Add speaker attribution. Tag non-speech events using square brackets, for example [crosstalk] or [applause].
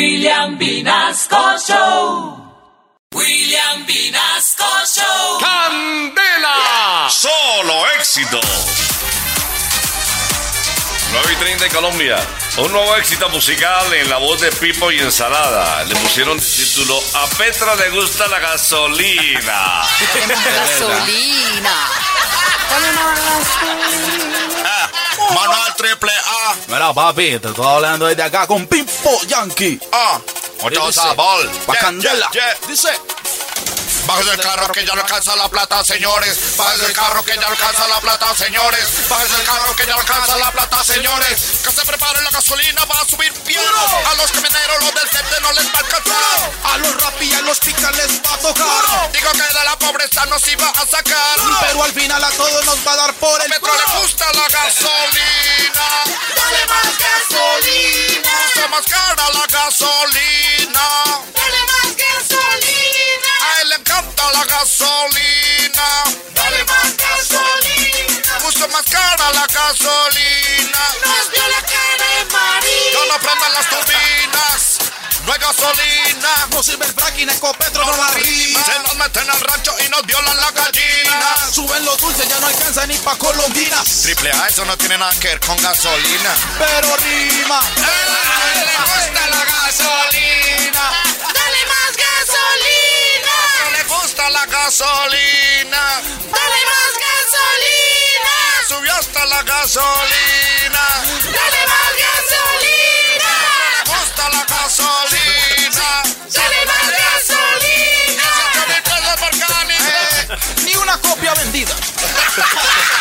Speaker 1: William Vinasco Show. William Vinasco Show.
Speaker 2: ¡Candela!
Speaker 3: Solo éxito. 9 y 30 en Colombia. Un nuevo éxito musical en la voz de Pipo y Ensalada. Le pusieron el título A Petra le gusta la
Speaker 4: [laughs]
Speaker 3: gasolina.
Speaker 5: Tenemos gasolina. Tenemos
Speaker 4: Manual triple A,
Speaker 6: Mira, papi, te estoy hablando desde acá con Pimpo Yankee.
Speaker 4: A,
Speaker 3: Otro
Speaker 6: Dice,
Speaker 3: sabor.
Speaker 6: Pa'
Speaker 3: Yeah,
Speaker 6: Candela.
Speaker 3: yeah, yeah.
Speaker 6: Dice,
Speaker 4: bájese el carro que ya no alcanza la plata, señores. Bájese el carro que ya no alcanza la plata, señores. Bájese el carro que ya no alcanza la plata, señores. Que se prepare la gasolina para subir piedras. A los camioneros, los del CEPTE no les va a alcanzar.
Speaker 7: A los rap y a los pica les va a tocar.
Speaker 4: Digo que de la pobreza nos iba a sacar.
Speaker 7: Pero al final a todos nos va a dar por el
Speaker 4: Petro le gusta la gasolina. Dale más gasolina. Está más cara la gasolina. Dale más gasolina. A él le encanta la gasolina. Dale más gasolina. Puso más cara la gasolina. Nos dio la cara de María. No lo prendan las turbinas. No hay gasolina.
Speaker 7: No sirve el fracking, Ecopetro no la rima.
Speaker 4: Se nos meten al rancho y nos violan la gallina.
Speaker 7: Suben los dulces, ya no alcanza ni pa' colombinas.
Speaker 4: Triple A, eso no tiene nada que ver con gasolina.
Speaker 7: Pero rima.
Speaker 4: le gusta la gasolina. Dale más gasolina. le gusta la gasolina. Dale más gasolina. Subió hasta la gasolina. Dale más gasolina. le gusta la gasolina. Dale más
Speaker 7: Eh.
Speaker 4: gasolina. Se conectó los volcanes.
Speaker 7: Ni una copia vendida.